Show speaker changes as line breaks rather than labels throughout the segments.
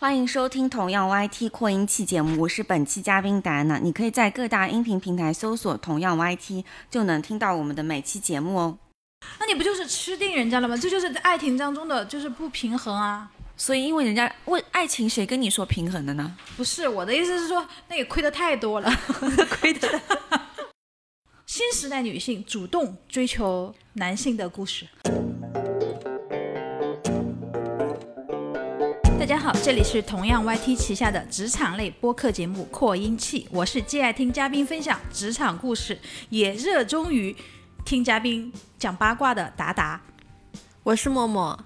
欢迎收听同样 YT 扩音器节目，我是本期嘉宾戴安娜。你可以在各大音频平台搜索“同样 YT”，就能听到我们的每期节目哦。
那你不就是吃定人家了吗？这就是爱情当中的就是不平衡啊！
所以，因为人家问爱情，谁跟你说平衡的呢？
不是我的意思是说，那也亏得太多了。
亏的。
新时代女性主动追求男性的故事。大家好，这里是同样 YT 旗下的职场类播客节目《扩音器》，我是既爱听嘉宾分享职场故事，也热衷于听嘉宾讲八卦的达达。
我是默默，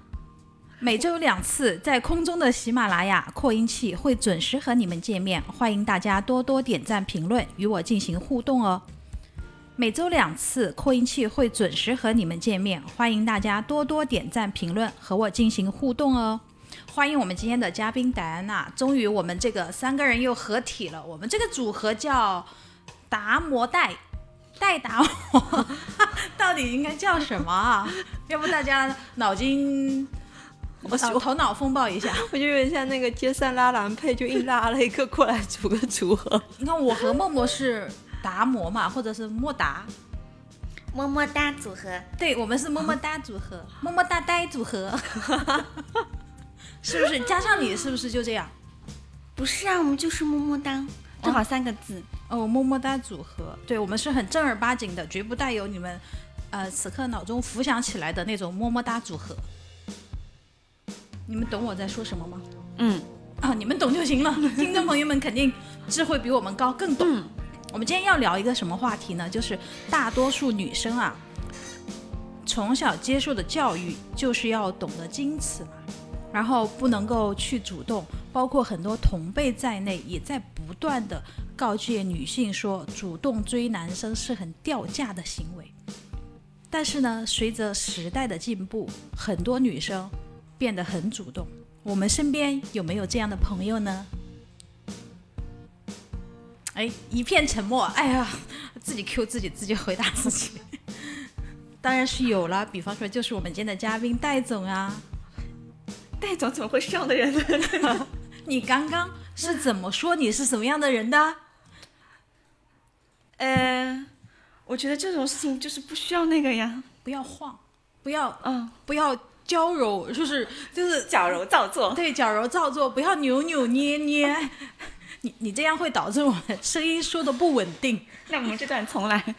每周两次，在空中的喜马拉雅扩音器会准时和你们见面，欢迎大家多多点赞、评论，与我进行互动哦。每周两次，扩音器会准时和你们见面，欢迎大家多多点赞、评论，和我进行互动哦。欢迎我们今天的嘉宾戴安娜，终于我们这个三个人又合体了。我们这个组合叫达摩戴，戴达摩， 到底应该叫什么啊？要不大家脑筋
我喜
头
我
头脑风暴一下。
我就有点像那个街上拉郎配，就硬拉了一个过来组个组合。
你看我和默默是达摩嘛，或者是莫达，
么么哒组合，
对我们是么么哒组合，么么哒呆组合， 是不是？加上你是不是就这样？
不是啊，我们就是么么哒，
哦
正好三个字。
哦，么么哒组合，对我们是很正儿八经的，绝不带有你们，呃，此刻脑中浮想起来的那种么么哒组合。你们懂我在说什么吗？
嗯，
啊，你们懂就行了。听众朋友们肯定智慧比我们高，更懂。我们今天要聊一个什么话题呢？就是大多数女生啊，从小接受的教育就是要懂得矜持嘛，然后不能够去主动，包括很多同辈在内，也在不断的告诫女性说，主动追男生是很掉价的行为。但是呢，随着时代的进步，很多女生变得很主动。我们身边有没有这样的朋友呢？哎，一片沉默。哎呀，自己 Q 自己，自己回答自己。 当然是有了，比方说就是我们今天的嘉宾戴总啊，
戴总怎么会上的人呢？
你刚刚是怎么说你是什么样的人的？
呃，我觉得这种事情就是不需要那个呀，
不要晃，不要
嗯，
不要娇柔，就是就是
矫揉造作。
对，矫揉造作，不要扭扭捏捏。 你你这样会导致我们声音说的不稳定。
那我们这段重来。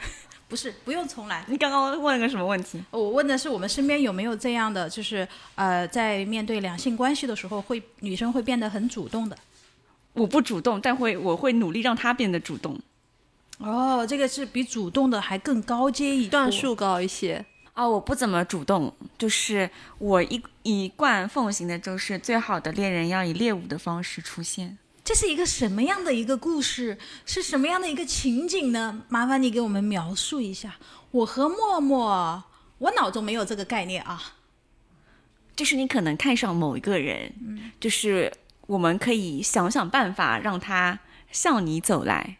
不是，不用重来。
你刚刚问了个什么问题？
我问的是我们身边有没有这样的，就是呃，在面对两性关系的时候会，女生会变得很主动的。
我不主动，但会我会努力让他变得主动。
哦，这个是比主动的还更高阶一步
段数高一些，
啊，我不怎么主动，就是我一一贯奉行的就是最好的猎人要以猎物的方式出现。
这是一个什么样的一个故事？是什么样的一个情景呢？麻烦你给我们描述一下。我和默默，我脑中没有这个概念啊。
就是你可能看上某一个人，
嗯
就是我们可以想想办法让他向你走来，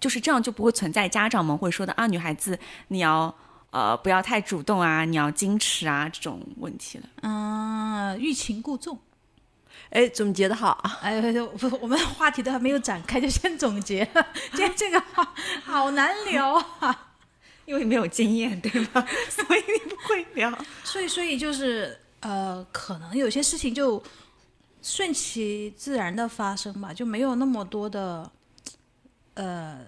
就是这样就不会存在家长们会说的啊，女孩子你要呃不要太主动啊，你要矜持啊这种问题了。
嗯，欲擒故纵。
哎，总结的好。
哎，我我们话题都还没有展开，就先总结 了。今天这个话好难聊啊。
因为没有经验，对吧？ 所以你不会聊。
所以，所以就是呃，可能有些事情就顺其自然的发生吧，就没有那么多的呃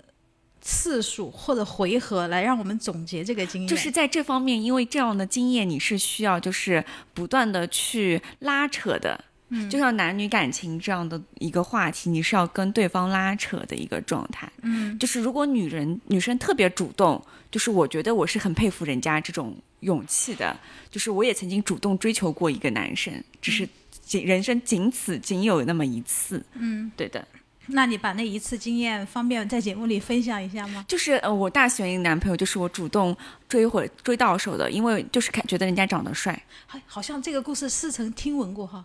次数或者回合来让我们总结这个经验。
就是在这方面，因为这样的经验你是需要就是不断的去拉扯的，嗯、就像男女感情这样的一个话题，你是要跟对方拉扯的一个状态。嗯，就是如果女人女生特别主动，就是我觉得我是很佩服人家这种勇气的，就是我也曾经主动追求过一个男生，只是仅人生仅此仅有那么一次。嗯，对的。
那你把那一次经验方便在节目里分享一下吗？
就是呃，我大学一个男朋友，就是我主动追回追到手的，因为就是看觉得人家长得帅，
好，哎好像这个故事似曾听闻过哈，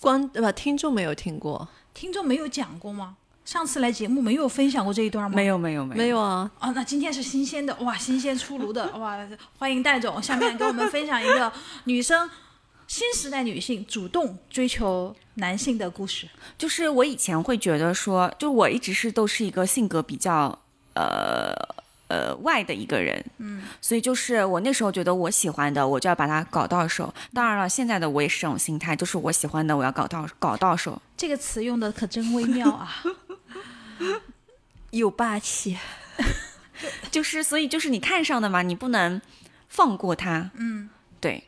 光对吧？听众没有听过，
听众没有讲过吗？上次来节目没有分享过这一段吗？
没有没有没
没有啊？
哦，那今天是新鲜的哇，新鲜出炉的哇，欢迎戴总，下面给我们分享一个女生新时代女性主动追求男性的故事。
就是我以前会觉得说，就我一直是都是一个性格比较呃呃外的一个人，嗯，所以就是我那时候觉得我喜欢的，我就要把它搞到手。当然了，现在的我也是这种心态，就是我喜欢的我要搞到搞到手。
这个词用的可真微 妙啊！
有霸气，
就是所以就是你看上的嘛，你不能放过他。
嗯，
对，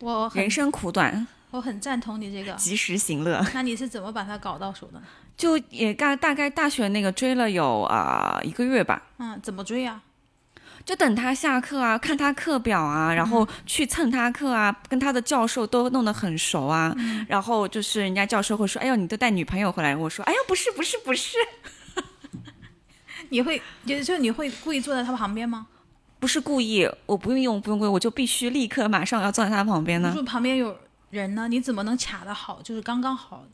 我很
人生苦短，
我很赞同你这个。
及时行 乐。
那你是怎么把它搞到手的呢？
就也大大概大学那个追了有啊、一个月吧，
嗯，怎么追啊？
就等他下课啊，看他课表
嗯
啊，然后去蹭他课啊，跟他的教授都弄得很熟啊。
嗯
然后就是人家教授会说：“哎呦，你都带女朋友回来。”我说：“哎呦，不是，不是，不是，
你会，也就是你会故意坐在他旁边吗？
不是故意，我不用，不用故意，我就必须立刻马上要坐在他旁边
如
呢，
果旁边有人呢，你怎么能卡得好？就是刚刚好，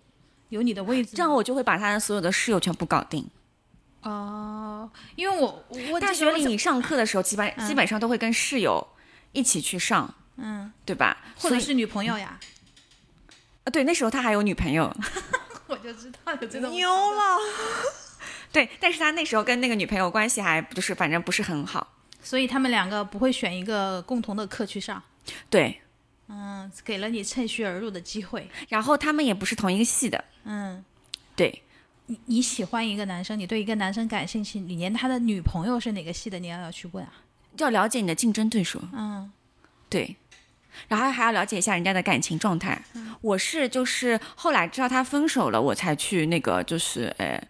有你的位置呢。
这样我就会把他的所有的室友全部搞定。
哦、因为我我嗯
大
这
学
个
里你上课的时候，基本、基本上都会跟室友一起去上，
嗯，
对吧？
或
所
者
以
是女朋友呀，
啊，对，那时候他还有女朋友。
我就知道有这 种
牛了！
对，但是他那时候跟那个女朋友关系还就是反正不是很好。
所以他们两个不会选一个共同的课去上，
对，
嗯，给了你趁虚而入的机会，
然后他们也不是同一个系的。
嗯。
对，
你你喜欢一个男生，你对一个男生感兴趣，你连他的女朋友是哪个系的，你要要去问啊？
要了解你的竞争对手。
嗯，
对。然后还要了解一下人家的感情状态。我是就是后来知道他分手了，我才去那个就是呃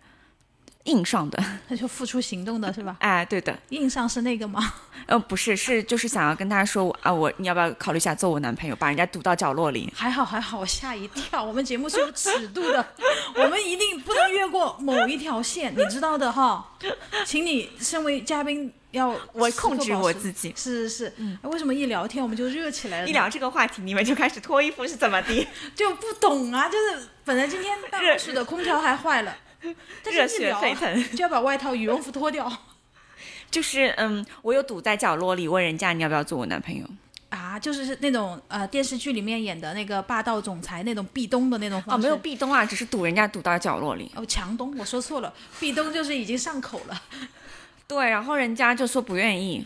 硬上的。
他就付出行动的是吧？
哎，对的，
硬上是那个吗？
呃不是，是就是想要跟他说我啊我你要不要考虑一下做我男朋友，把人家堵到角落里。
还好还好，我吓一跳。我们节目是有尺度的， 我们一定不能越过某一条线，你知道的哈。请你身为嘉宾要
我
时刻
控制
保持
我自己嗯
是是是，哎为什么一聊天我们就热起来了呢？
一聊这个话题，你们就开始脱衣服是怎么 的？
就不懂啊，就是本来今天办公室的空调还 坏了，但
热
是一
血
聊啊
沸腾。
就要把外套、羽绒服脱 掉
就是嗯，我有堵在角落里问人家你要不要做我男朋友。
啊，就是那种呃电视剧里面演的那个霸道总裁那种壁咚的那种
哦，
方式。
没有壁咚啊，只是堵人家堵到角落里。
哦，强咚，我说错了， 壁咚就是已经上口了。
对，然后人家就说不愿意，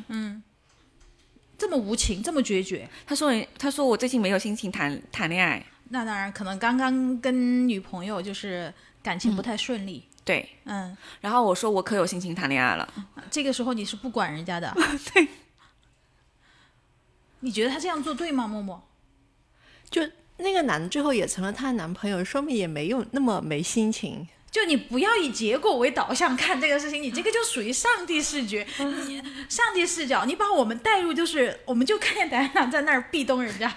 这么无情，这么决绝。
他说人他说我最近没有心情谈谈恋爱。
那当然，可能刚刚跟女朋友就是感情不太顺利。
对，
嗯，
然后我说我可有心情谈恋爱了。
这个时候你是不管人 家的。对。你觉得他这样做对吗，默默？
就那个男的最后也成了她的男朋友，说明也没有那么没心 情。
就你不要以结果为导向看这个事情，你这个就属于上帝视觉，你
嗯
上帝视角，你把我们带入，就是我们就看见戴安娜在那儿壁咚 人家，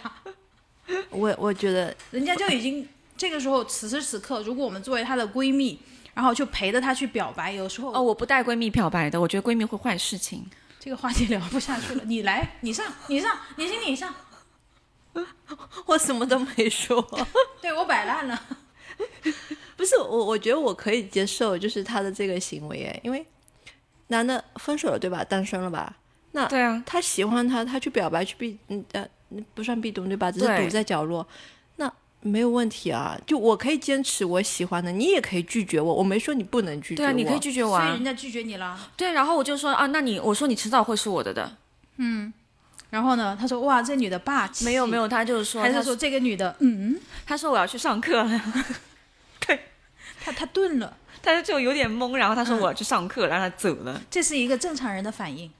我我觉得
人家就已经这个时候此时此刻，如果我们作为她的闺蜜，然后就陪着她去表白，有时候
哦，我不带闺蜜表白的，我觉得闺蜜会坏事情。
这个话题聊不下去了，你来，你上，你上，你行，你上，
我什么都没说，
对我摆烂了。
不是我，我觉得我可以接受，就是他的这个行为，哎因为男的分手了对吧，单身了吧，那
对啊，
他喜欢他，他去表白去壁，嗯呃，不算壁咚对吧？只是
对
躲在角落，那没有问题啊。就我可以坚持我喜欢的，你也可以拒绝我，我没说你不能拒绝
对
我。
啊，你可以拒绝我
所以
啊
人。家拒绝你了。
对，然后我就说啊，那你我说你迟早会是我的的。
然后呢，他说哇，这女的霸气。
没有没有，他就是说，
还
他
是说这个女的，嗯，
他说我要去上课了，
她她顿了，
他就有点懵，然后
嗯
他说我要去上课了，然后他走了。
这是一个正常人的反应。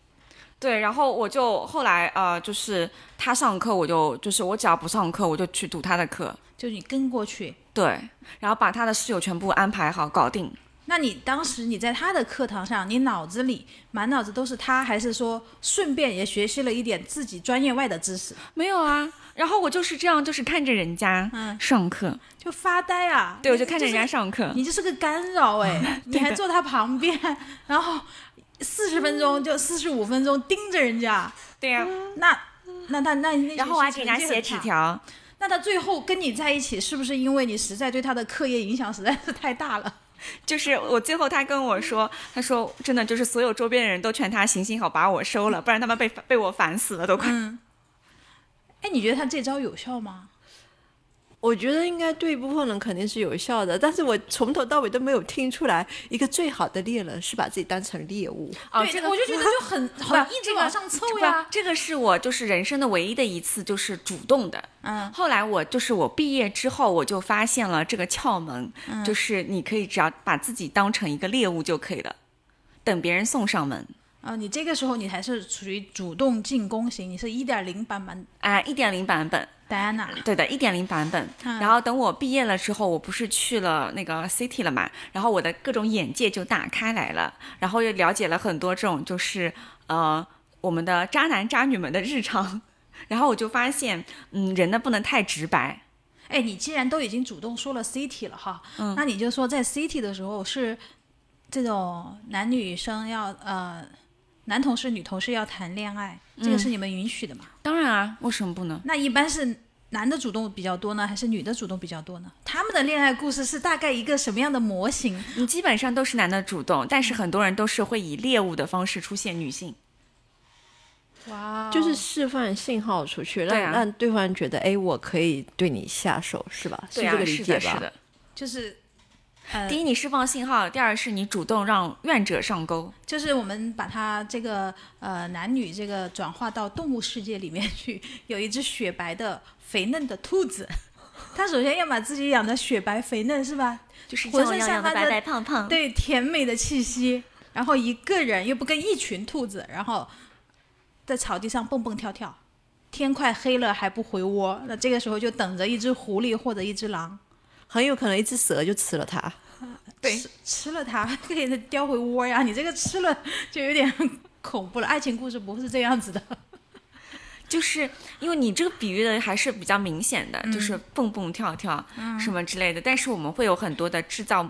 对，然后我就后来呃，就是他上课，我就就是我只要不上课，我就去读他的课，
就你跟过去，
对，然后把他的室友全部安排好，搞定。
那你当时你在她的课堂上，你脑子里满脑子都是她，还是说顺便也学习了一点自己专业外的知识，
没有啊，然后我就是这样，就是看着人家
嗯
上课，
就发呆啊？
对我就看着人家
你
上课
就是，，你就是个干扰哎， 你还坐她旁边，然后四十分钟就四十五分钟盯着人家，
对呀、
那那那那那，
然后我还给人家写纸。条，
那他最后跟你在一起，是不是因为你实在对他的课业影响实在是太大了？
就是我最后他跟我说，他说真的就是所有周边的人都劝他行行好，把我收了，不然他们被被我烦死了都快。
嗯，哎，你觉得他这招有效吗？
我觉得应该对一部分人肯定是有效的，但是我从头到尾都没有听出来，一个最好的猎人是把自己当成猎物。
哦，
对
这个
我就觉得就 很很
不
一直
这个
往上凑
不
呀。
这个是我就是人生的唯一的一次就是主动的。
嗯，
后来我就是我毕业之后，我就发现了这个窍门，
嗯
就是你可以只要把自己当成一个猎物就可以了，等别人送上门。
啊，你这个时候你还是属于主动进攻型，你是一点零版本
啊，一点零版本，
戴安娜。
对的，一点零版本。
嗯
然后等我毕业了之后，我不是去了那个 City 了嘛，然后我的各种眼界就打开来了，然后又了解了很多这种就是呃我们的渣男渣女们的日常， 然后我就发现，嗯，人呢不能太直白，
哎，你既然都已经主动说了 City 了哈，那你就说在 City 的时候是这种男女生要呃男同事女同事要谈恋爱，这个是你们允许的嘛？
当然啊，为什么不能？
那一般是男的主动比较多呢，还是女的主动比较多呢？他们的恋爱故事是大概一个什么样的模型？
你基本上都是男的主动，但是很多人都是会以猎物的方式出现女性。
哇
就是释放信号出去，让
哦对啊
让对方觉得，哎，我可以对你下手，是吧？是
对
这
啊，
个理
是
解
的，是
吧？
的。
就是呃
嗯第一，你释放信号；第二，是你主动让愿者上钩。
就是我们把它这个呃男女这个转化到动物世界里面去，有一只雪白的肥嫩的兔子，它首先要把自己养的雪白肥嫩是吧？
就是
浑
像
身
样
散
样的
发
白
着
白胖胖，
对，甜美的气息，然后一个人又不跟一群兔子，然后在草地上蹦蹦跳跳，天快黑了还不回窝，那这个时候就等着一只狐狸或者一只狼
很有可能一只蛇就吃了它。
对
吃吃了它， 可以叼回窝呀。你这个吃了就有点恐怖了，爱情故事不是这样子的。
就是因为你这个比喻的还是比较明显的，
嗯
就是蹦蹦跳跳什么之类的。但是我们会有很多的制造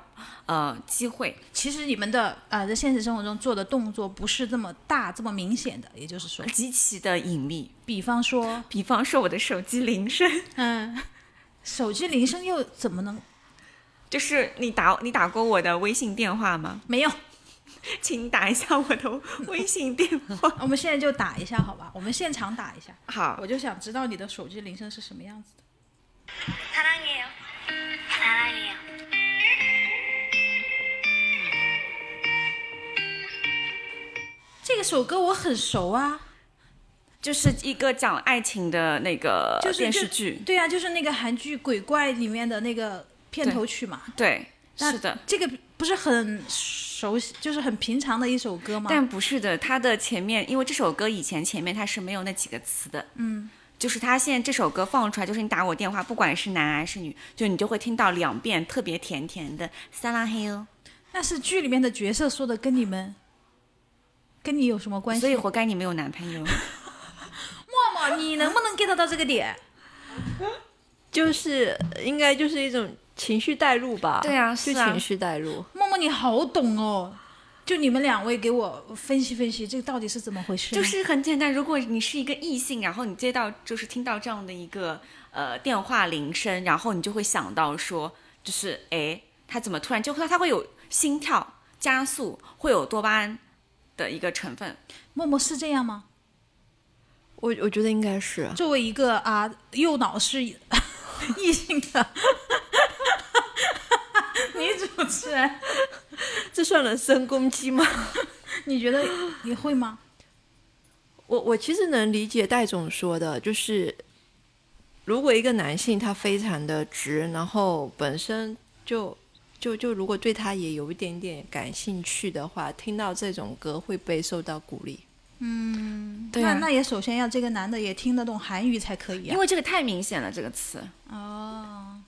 呃机会，
其实你们的呃在现实生活中做的动作不是这么大、这么明显的，也就是说，
极其的隐秘。
比方 说，
比方说我的手机铃声，
嗯，手机铃声又怎么能
就是你打你打过我的微信电话吗？
没有？
请打一下我的 微信电话。
我们现在就打一下，好吧？我们现场打一下，
好，
我就想知道你的手机铃声是什么样子的。
사랑해요. 사랑해요.
这个首歌我很熟啊，
就是一个讲爱情的那个
就是
电视
就
剧，
对啊，就是那个韩剧《鬼怪》里面的那个片头曲嘛。
对，
那
是的。
这个不是很熟悉，就是很平常的一首歌吗？
但不是的，它的前面，因为这首歌以前前面它是没有那几个词的，嗯，就是它现在这首歌放出来，就是你打我电话，不管是男还是女，就你就会听到两遍特别甜甜的“撒拉嘿哟
那是剧里面的角色说的，跟你们跟你有什么”，关系？
所以活该你没有男朋友。
默默，你能不能 get 到这个点？
就是呃应该就是一种情绪带入吧？
对啊
就是
啊
情绪带入。
默默，你好懂哦。就你们两位给我分析分析，这个到底是怎么回事呢？
就是很简单，如果你是一个异性，然后你接到就是听到这样的一个呃电话铃声，然后你就会想到说，就是诶，他怎么突然就他他会有心跳加速，会有多巴胺的一个成分，
默默是这样吗？
我我觉得应该是
作为一个啊右脑是 异性的 女主持人，
这算人身攻击吗？
你觉得你会吗？
我我其实能理解戴总说的，就是如果一个男性他非常的直，然后本身就就就如果对他也有一点点感兴趣的话，听到这种歌会被受到鼓励。
对啊
那那也首先要这个男的也听得懂韩语才可以
因
啊。
为这个太明显了这个词。
哦，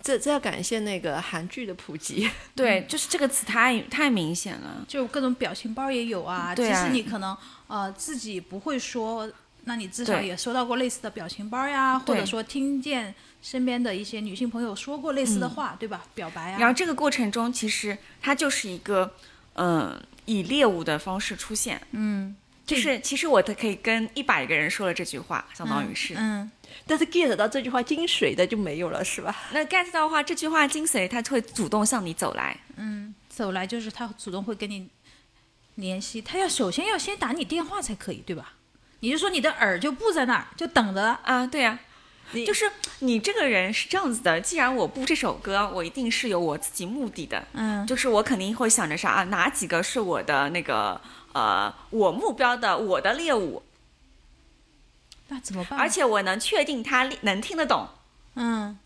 这这要感谢那个韩剧的普及，
对，就是这个词太太明显了。
就各种表情包也有啊。
对啊
即使你可能呃自己不会说，那你至少
对
也收到过类似的表情包呀，或
对
者说听见身边的一些女性朋友说过类似的话，对吧？表白
嗯然
啊
后。这个过程中，其实它就是一个，嗯、以猎物的方式出现。嗯，就是其实我可以跟一百个人说了这句话，相当于是。
嗯，
但是 get 到这句话精髓的就没有了，是吧？
那 get 到的话，这句话精髓，它会主动向你走来。
走来就是他主动会跟你联系，他要首先要先打你电话才可以，对吧？你就说你的饵就布在那儿，就等着了。
啊，对呀、
你
就是你这个人是这样子的，既然我布这首歌，我一定是有我自己目的的，
嗯，
就是我肯定会想着啥啊，哪几个是我的那个呃，我目标的我的猎物，
那怎么办？
而，且我能确定他能听得懂
嗯，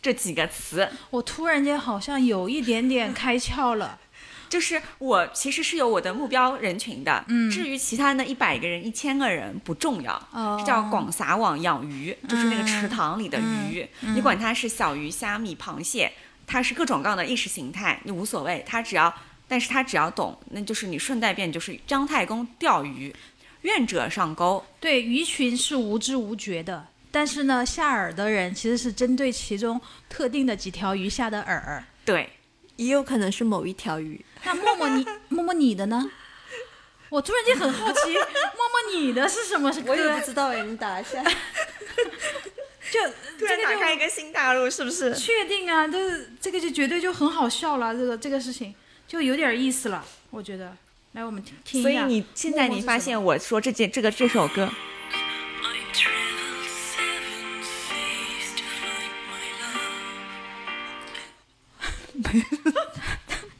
这几个词，
我突然间好像有一点点开窍了。
就是我其实是有我的目标人群的，
嗯
至于其他那一百个人、一千个人不重要，
哦嗯
这叫广撒网养鱼，就是那个池塘里的鱼，你管它是小鱼、虾米、螃蟹，它是各种各样的意识形态，你无所谓，它只要，但是它只要懂，那就是你顺带便就是姜太公钓鱼，愿者上钩，
对，鱼群是无知无觉的，但是呢，下饵的人其实是针对其中特定的几条鱼下的饵。
对。
也有可能是某一条鱼。
那默默你默默你的呢？我突然间很好奇，默默你的是什么歌？
知道哎，你打一下。
就
突
这个就
一个新大陆，是不是？
确定啊，都是这个就绝对就很好笑了，这个这个事情就有点意思了，我觉得。来，我们听听一
所
下。
以你现在
默默
你
是
发
什么
现我说这件这个这首歌，
I traveled seven seas to find my love.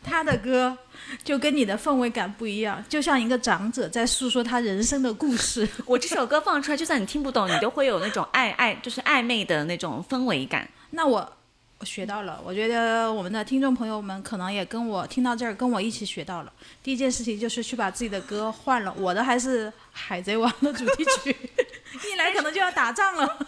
他的歌就跟你的氛围感不一样，就像一个长者在诉说他人生的故事。
我这首歌放出来，就算你听不懂，你都会有那种暧暧，就是暧昧的那种氛围感。
那我我学到了，我觉得我们的听众朋友们可能也跟我听到这儿，跟我一起学到了。第一件事情就是去把自己的歌换了，我的还是《海贼王》的主题曲， 一来可能就要打仗了。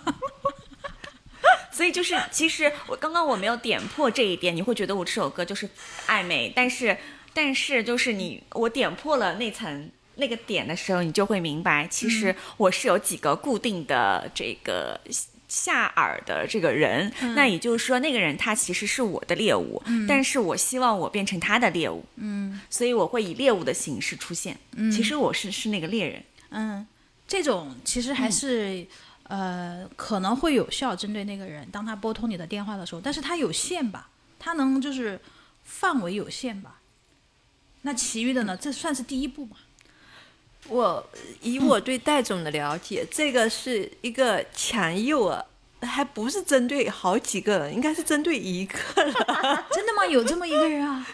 所以就是，其实我刚刚我没有点破这一点，你会觉得我这首歌就是暧昧，但是但是就是你我点破了那层那个点的时候，你就会明白，其实我是有几个固定的这个。下饵的这个人，那也就是说，那个人他其实是我的猎物，但是我希望我变成他的猎物，
嗯
所以我会以猎物的形式出现。其实我是是那个猎人，
嗯，这种其实还是、呃可能会有效针对那个人，当他拨通你的电话的时候，但是他有限吧，他能就是范围有限吧。那其余的呢？这算是第一步嘛？
我以我对戴总的了解，这个是一个强诱饵，还不是针对好几个人，应该是针对一个人。
真的吗？有这么一个人啊？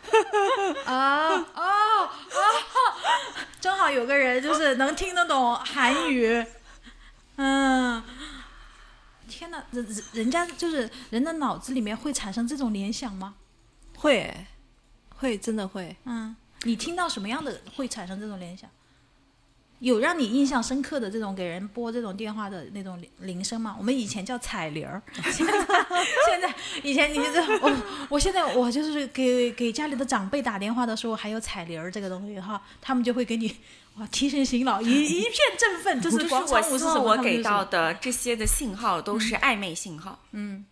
啊哦哦，正好有个人就是能听得懂韩语，嗯。天哪，人人人家就是人的脑子里面会产生这种联想吗？
会，哎会，真的会。
嗯，你听到什么样的会产生这种联想？有让你印象深刻的这种给人拨这种电话的那种铃铃声吗？我们以前叫彩铃儿， 现在现在以前你这我我现在我就是给给家里的长辈打电话的时候，还有彩铃儿这个东西哈，他们就会给你哇提神醒脑，一一片振奋，就是
就是
广场
我
舞
希
是
望
什么？
我
他们就
给
是什么
到的这些的信号都是暧昧信号。嗯，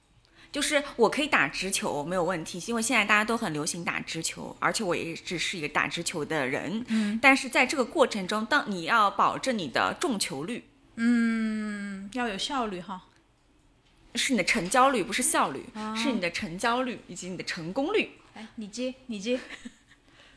就是我可以打直球没有问题，因为现在大家都很流行打直球，而且我也只是一个打直球的人。嗯，但是在这个过程中，当你要保证你的中球率，
嗯要有效率哈。
是你的成交率，不是效率，
哦
是你的成交率以及你的成功率。
哎，你接你接，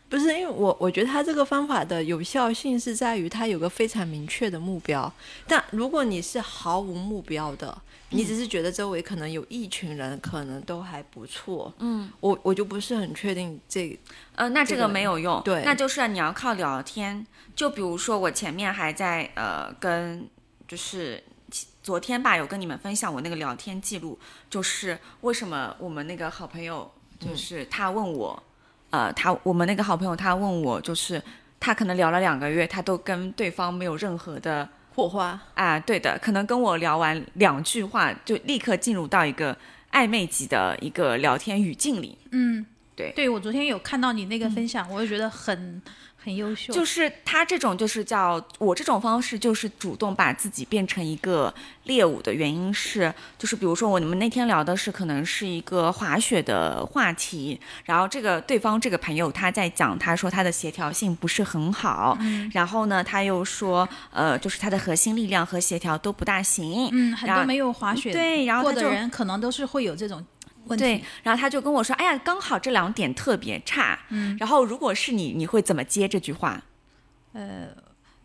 不是因为我，我觉得他这个方法的有效性是在于他有个非常明确的目标。但如果你是毫无目标的，你只是觉得周围可能有一群人，可能都还不错。嗯，我我就不是很确定这
呃，那这
这
个
个
没有用，
对
那就是你要靠聊天。就比如说，我前面还在呃跟，就是其昨天吧，有跟你们分享我那个聊天记录，就是为什么我们那个好朋友，
嗯
就是他问我，呃，他我们那个好朋友他问我，就是他可能聊了两个月，他都跟对方没有任何的
火花。
啊，对的，可能跟我聊完两句话，就立刻进入到一个暧昧级的一个聊天语境里。
嗯，
对嗯
对我昨天有看到你那个分享，我就觉得很很优秀，
就是他这种就是叫我这种方式，就是主动把自己变成一个猎物的原因是，就是比如说我们那天聊的是可能是一个滑雪的话题，然后这个对方这个朋友他在讲，他说他的协调性不是很好，
嗯
然后呢他又说呃就是他的核心力量和协调都不大行，
嗯，很
然
多
后
没有滑雪
对然后
过
他
的
就
人可能都是会有这种问题。
对，然后他就跟我说：“哎呀，刚好这两点特别差。”嗯，然后如果是你，你会怎么接这句话？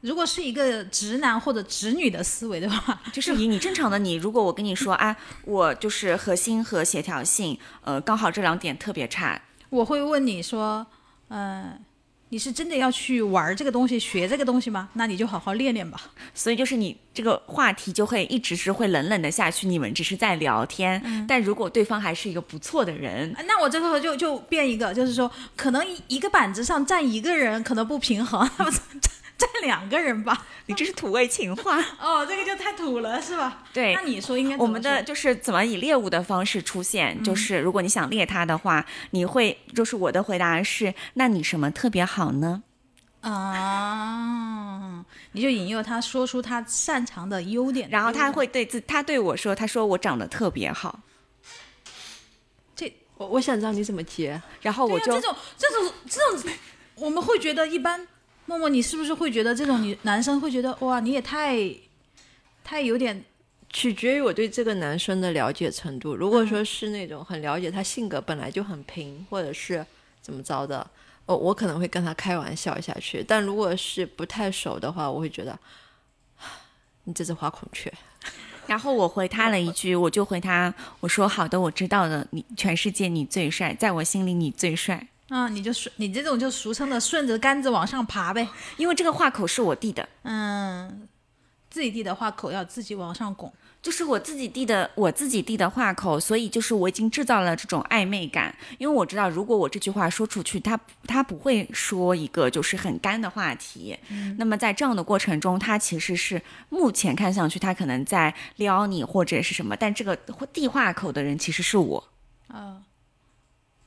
如果是一个直男或者直女的思维的话，
就是以你正常的你，如果我跟你说，哎，我就是核心和协调性，呃，刚好这两点特别差，
我会问你说，嗯、你是真的要去玩这个东西、学这个东西吗？那你就好好练练吧。
所以就是你这个话题就会一直是会冷冷的下去，你们只是在聊天。
嗯
但如果对方还是一个不错的人，
啊那我这个时候就就变一个，就是说，可能一一个板子上站一个人可能不平衡， 那么站站两个人吧。
你这是土味情 话。
哦，这个就太土了，是吧？
对
那你说应该怎么
我们的
说嗯
就是怎么以猎物的方式出现，就是如果你想猎它的话，你会就是我的回答是，那你什么特别好呢？
啊，你就引诱他说出他擅长的优点，
然后他会对自他对我说，他说我长得特别好，
我我想知道你怎么接，
然后我就、
对呀、这种这种这种，我们会觉得一般。默默，你是不是会觉得这种女男生会觉得哇，你也太太有点
取决于我对这个男生的了解程度。如果说是那种很了解他性格本来就很平，或者是怎么着的，我我可能会跟他开玩笑下去。但如果是不太熟的话，我会觉得你这只花孔雀。
然后我回他了一句，我就回他我说好的，我知道的，你全世界你最帅，在我心里你最帅，
啊，你就顺你这种就俗称的顺着杆子往上爬呗。
因为这个话口是我递的，
嗯，自己递的话口要自己往上拱。
就是我自己递的，我自己递的话口，所以就是我已经制造了这种暧昧感，因为我知道如果我这句话说出去，他他不会说一个就是很干的话题，那么在这样的过程中，他其实是目前看上去他可能在撩你或者是什么，但这个递话口的人其实是我，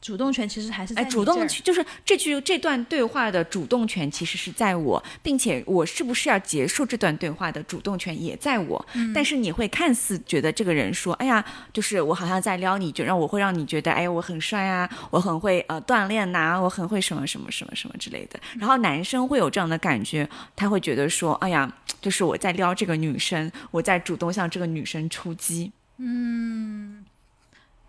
主动权其实还是在
哎，
你
主
这
动
儿
去就是这句这段对话的主动权其实是在我，并且我是不是要结束这段对话的主动权也在我。但是你会看似觉得这个人说，哎呀，就是我好像在撩你，就让我会让你觉得，哎，我很帅啊，我很会呃锻炼呐、我很会什么什么什么什么之类的。然后男生会有这样的感觉，他会觉得说，哎呀，就是我在撩这个女生，我在主动向这个女生出击。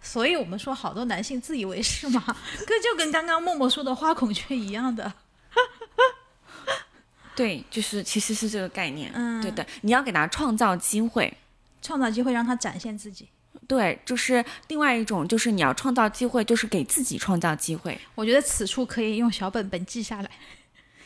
所以我们说好多男性自以为是嘛，跟就跟刚刚默默说的花孔雀一样的。
对，就是其实是这个概念。
嗯
对的，你要给他创造机会。
创造机会让他展现自己。
对，就是另外一种，就是你要创造机会，就是给自己创造机会。
我觉得此处可以用小本本记下来，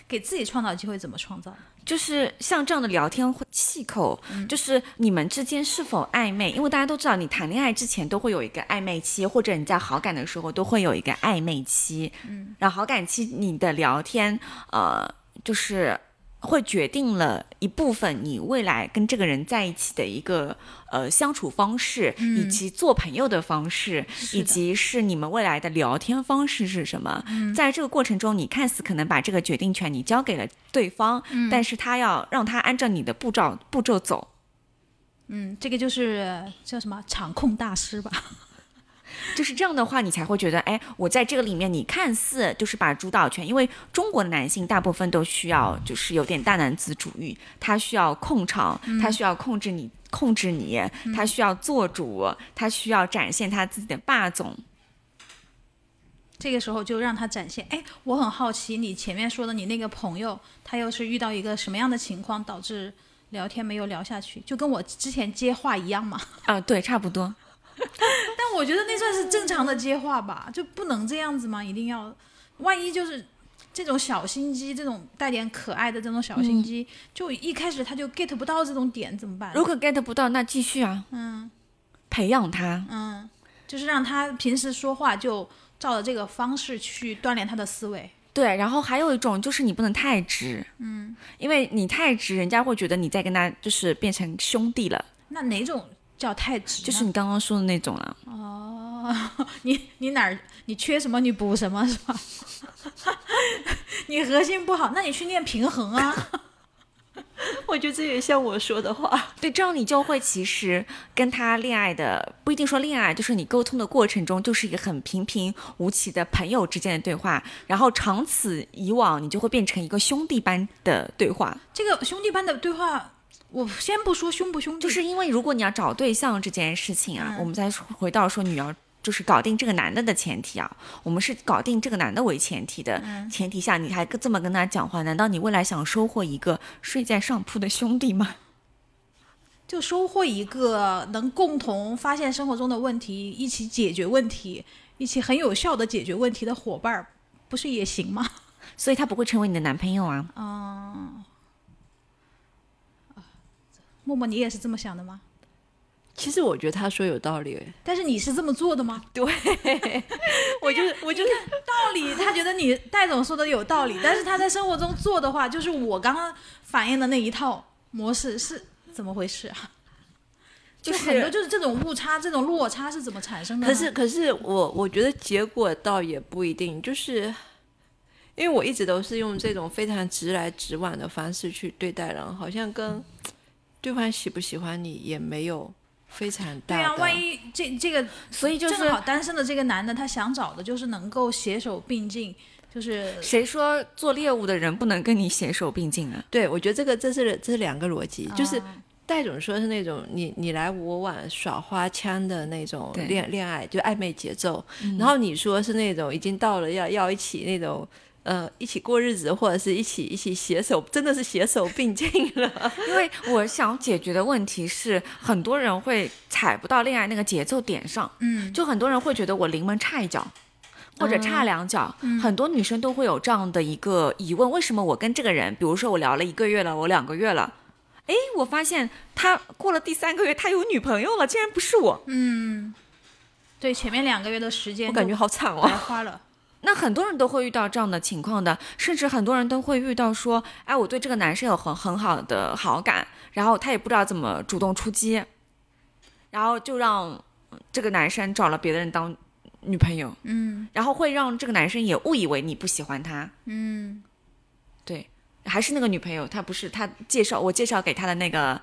给自己创造机会怎么创造？
就是像这样的聊天会气口，就是你们之间是否暧昧？因为大家都知道，你谈恋爱之前都会有一个暧昧期，或者你在好感的时候都会有一个暧昧期。嗯，然后好感期你的聊天，呃，就是会决定了一部分你未来跟这个人在一起的一个呃相处方式，以及做朋友的方式，
是
以
的
及是你们未来的聊天方式是什么。
嗯
在这个过程中，你看似可能把这个决定权你交给了对方，但是他要让他按照你的步骤步骤走。
嗯，这个就是叫什么场控大师吧？
就是这样的话，你才会觉得，哎，我在这个里面，你看似就是把主导权，因为中国的男性大部分都需要，就是有点大男子主义，他需要控场，
嗯
他需要控制你，控制你，他需要做主，他需要展现他自己的霸总。
这个时候就让他展现。哎，我很好奇，你前面说的你那个朋友，他又是遇到一个什么样的情况导致聊天没有聊下去？就跟我之前接话一样嘛。
啊、对，差不多。
但我觉得那算是正常的接话吧，就不能这样子吗？一定要，万一就是这种小心机，这种带点可爱的这种小心机，就一开始他就 get 不到这种点怎么办？
嗯如果 get 不到，那继续啊，
嗯
培养他。
嗯，就是让他平时说话就照着这个方式去锻炼他的思维。
对，然后还有一种就是你不能太直，嗯，因为你太直，人家会觉得你在跟他就是变成兄弟了，
那哪种叫太直呢？
就是你刚刚说的那种了。
哦， 你你哪儿你缺什么你补什么是吧？ 你核心不好，那你去练平衡啊。
我觉得这也像我说的话，
对，这样你就会其实跟他恋爱的不一定说恋爱，就是你沟通的过程中，就是一个很平平无奇的朋友之间的对话，然后长此以往，你就会变成一个兄弟般的对话。
这个兄弟般的对话，我先不说凶不凶弟，
就是因为如果你要找对象这件事情啊，我们再说回到说你要就是搞定这个男的的前提啊，我们是搞定这个男的为前提的前提下，你还这么跟他讲话，难道你未来想收获一个睡在上铺的兄弟吗？
就收获一个能共同发现生活中的问题，一起解决问题，一起很有效的解决问题的伙伴儿，不是也行吗？
所以他不会成为你的男朋友啊。
默默，你也是这么想的吗？
其实我觉得他说有道理，
但是你是这么做的 吗？
我就是我就是
道 理，他觉得你戴总说的有道理，但是他在生活中做的话，就是我刚刚反映的那一套模式是怎么回事 啊？
就是
很多就是这种误差、这种落差是怎么产生的呢？
可是，可是我我觉得结果倒也不一定，就是因为我一直都是用这种非常直来直往的方式去对待人，好像跟对方喜不喜欢你也没有非常
对
大的。
啊，万一这这个
所以就是
正好单身的这个男的，他想找的就是能够携手并进，就是
谁说做猎物的人不能跟你携手并进啊？
对我觉得这个这是这是两个逻辑，就是戴总说是那种你你来我往耍花枪的那种
对
恋恋爱，就暧昧节奏，然后你说是那种已经到了要要一起那种。呃，一起过日子，或者是一起一起携手，真的是携手并进了。
因为我想解决的问题是，很多人会踩不到恋爱那个节奏点上，
嗯，
就很多人会觉得我临门差一脚。或者差两脚，很多女生都会有这样的一个疑问：为什么我跟这个人，比如说我聊了一个月了，我两个月了，诶，我发现他过了第三个月，他有女朋友了，竟然不是我。
嗯，对，前面两个月的时间
我感觉好惨
都
哦
白。花了。
那很多人都会遇到这样的情况的，甚至很多人都会遇到说，哎，我对这个男生有很很好的好感，然后他也不知道怎么主动出击，然后就让这个男生找了别的人当女朋友，
嗯
然后会让这个男生也误以为你不喜欢他，
嗯，
对，还是那个女朋友，她不是她介绍我介绍给他的那个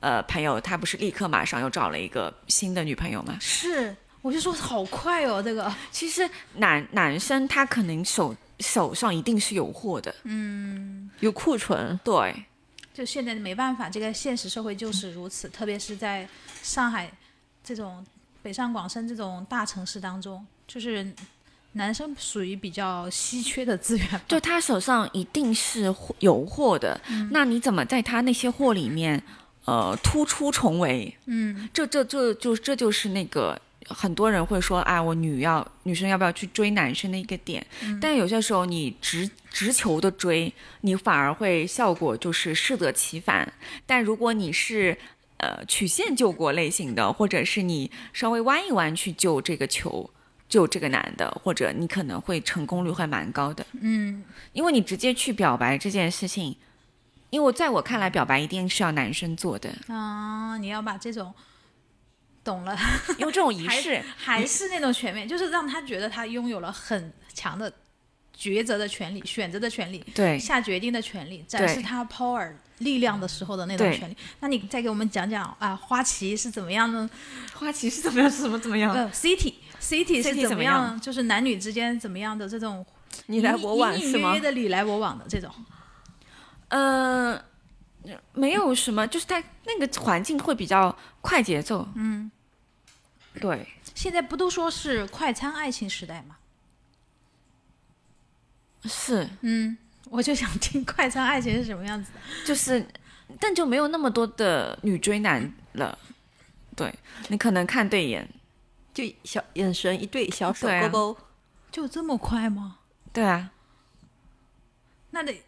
呃朋友，他不是立刻马上又找了一个新的女朋友吗？
是，我就说好快哦，这个，
其实男男生他可能手手上一定是有货的，
嗯，
有库存，
对。
就现在没办法，这个现实社会就是如此，特别是在上海这种北上广深这种大城市当中，就是男生属于比较稀缺的资源吧。
就他手上一定是货有货的，那你怎么在他那些货里面，呃，突出重围？
嗯
这这这就这就是那个很多人会说，啊，我女要女生要不要去追男生的一个点？但有些时候你直直球的追，你反而会效果就是适得其反。但如果你是呃曲线救国类型的，或者是你稍微弯一弯去救这个球。救这个男的，或者你可能会成功率会蛮高的。
嗯，
因为你直接去表白这件事情，因为在我看来，表白一定是要男生做的，
啊，你要把这种懂了，
因为这种 仪式
还是那种全面，就是让他觉得他拥有了很强的抉择的权利、选择的权利、
对
下决定的权利，展示他 power 力量的时候的那种
对
权利。那你再给我们讲讲啊，花旗是怎么样
嗯
呢？
花旗是怎么样，怎么怎么样，
呃，City City 是
City
怎
怎么
样？
样
就是男女之间怎么样的这种
你来我往
隐隐
是
约
吗
约？的你来我往的这种。
嗯、没有什么，就是它那个环境会比较快节奏，嗯，对，
现在不都说是快餐爱情时代吗？
是，
嗯，我就想听快餐爱情是什么样子的。
就是，但就没有那么多的女追男了，对你可能看对眼，
就小眼神一对，小手
对啊
勾勾，
就这么快吗？
对啊，
那得，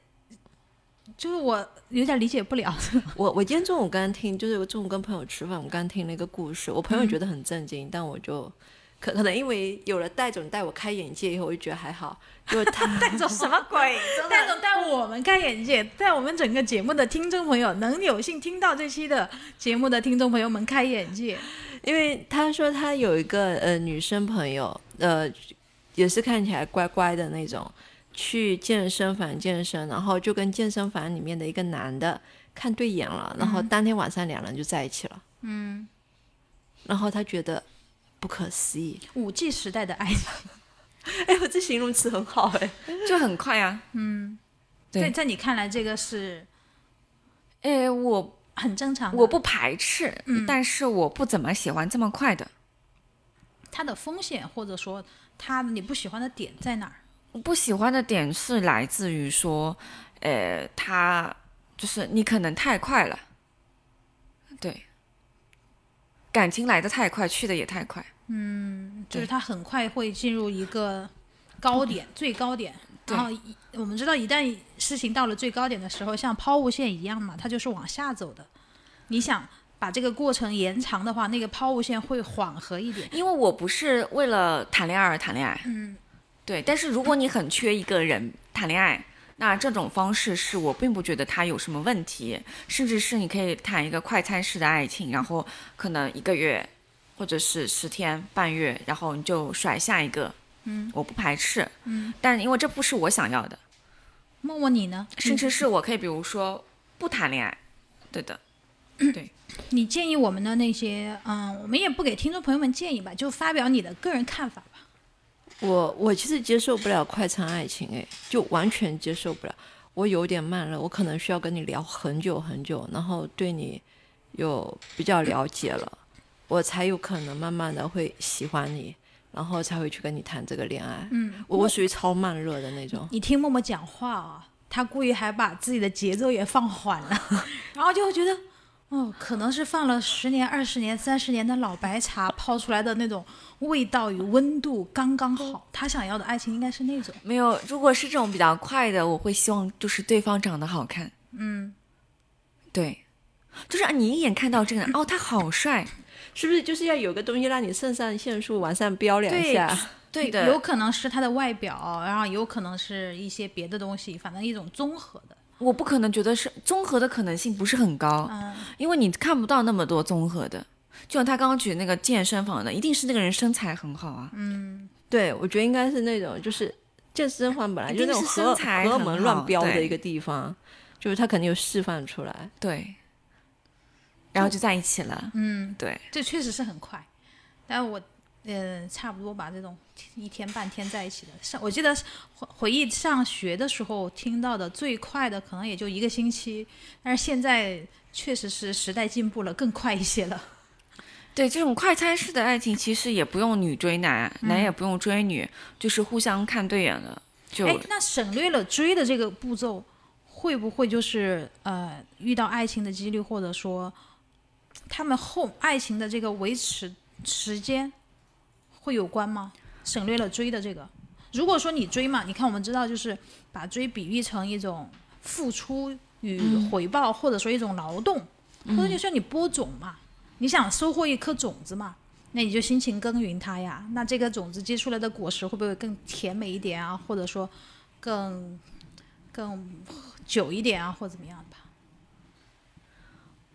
就是我有点理解不了。
我我今天中午刚听，就是我中午跟朋友吃饭，我刚听了一个故事，我朋友觉得很震惊，但我就可可能因为有了戴总带我开眼界以后，我就觉得还好，就是他 戴总
什么 鬼？
戴总带我们开眼界，带我们整个节目的听众朋友，能有幸听到这期的节目的听众朋友们开眼界。
因为他说他有一个呃女生朋友，呃，也是看起来乖乖的那种，去健身房健身，然后就跟健身房里面的一个男的看对眼了，然后当天晚上两人就在一起了。嗯，然后他觉得不可思议，
五 G 时代的爱情，
哎，我这形容词很好哎、
就很快 啊，对
对，在你看来这个是
哎，我
很正常
嗯
的。
我不排斥，但是我不怎么喜欢这么快的。
它的风险或者说它你不喜欢的点在哪儿？
我不喜欢的点是来自于说，呃，他就是你可能太快了，对，感情来的太快，去的也太快，
就是
对嗯
它很快会进入一个高点，最高点。
对
然后一我们知道，一旦事情到了最高点的时候，像抛物线一样嘛，它就是往下走的。你想把这个过程延长的话，那个抛物线会缓和一点。
因为我不是为了谈恋爱而谈恋爱，嗯，对。但是如果你很缺一个人谈恋爱，那这种方式是我并不觉得它有什么问题，甚至是你可以谈一个快餐式的爱情，然后可能一个月或者是十天半月，然后你就甩下一个，嗯，我不排斥，嗯，但因为这不是我想要的，
默默，你呢？
甚至是我可以比如说不谈恋爱，对的，
你建议我们的那些，嗯，我们也不给听众朋友们建议吧，就发表你的个人看法吧。
我我其实接受不了快餐爱情，哎，就完全接受不了。我有点慢了，我可能需要跟你聊很久很久，然后对你有比较了解了，我才有可能慢慢的会喜欢你，然后才会去跟你谈这个恋爱。嗯，我我属于超慢热的那种。
你听默默讲话啊、他故意还把自己的节奏也放 缓了，然后就会觉得，哦，可能是放了十年、二十年、三十年的老白茶泡出来的那种味道与温度刚刚好。他想要的爱情应该是那种，
没有，如果是这种比较快的，我会希望就是对方长得好看。嗯，对，就是啊你一眼看到这个人， 哦，他好帅，
是不是就是要有个东西让你肾上腺素往上飙两
对
下？
对
有
的。
可能是他的外表，然后有可能是一些别的东西，反正一种综合的。
我不可能觉得是综合的可能性不是很高，因为你看不到那么多综合的。就像他刚刚举那个健身房的，一定是那个人身材很好啊，
对，我觉得应该是那种，就是健身房本来
一
就
定
那种
是
荷
身材
荷尔
很
蒙
好
乱飙的
对
一个地方，就是它肯定有释放出来。
对，然后就在一起了。嗯，对，
这确实是很快，但我呃差不多吧，这种一天半天在一起的。上我记得回回忆上学的时候听到的最快的可能也就一个星期，但是现在确实是时代进步了，更快一些了。
对，这种快餐式的爱情其实也不用女追男，男也不用追女，就是互相看对眼了，就
哎，那省略了追的这个步骤，会不会就是呃遇到爱情的几率，或者说他们后爱情的这个维持时间会有关吗？省略了追的这个。如果说你追嘛，你看我们知道就是把追比喻成一种付出与回报，或者说一种劳动，或者就像你播种嘛，你想收获一颗种子嘛，那你就辛勤耕耘它呀。那这个种子结出来的果实会不会更甜美一点啊？或者说更更久一点啊，或怎么样吧？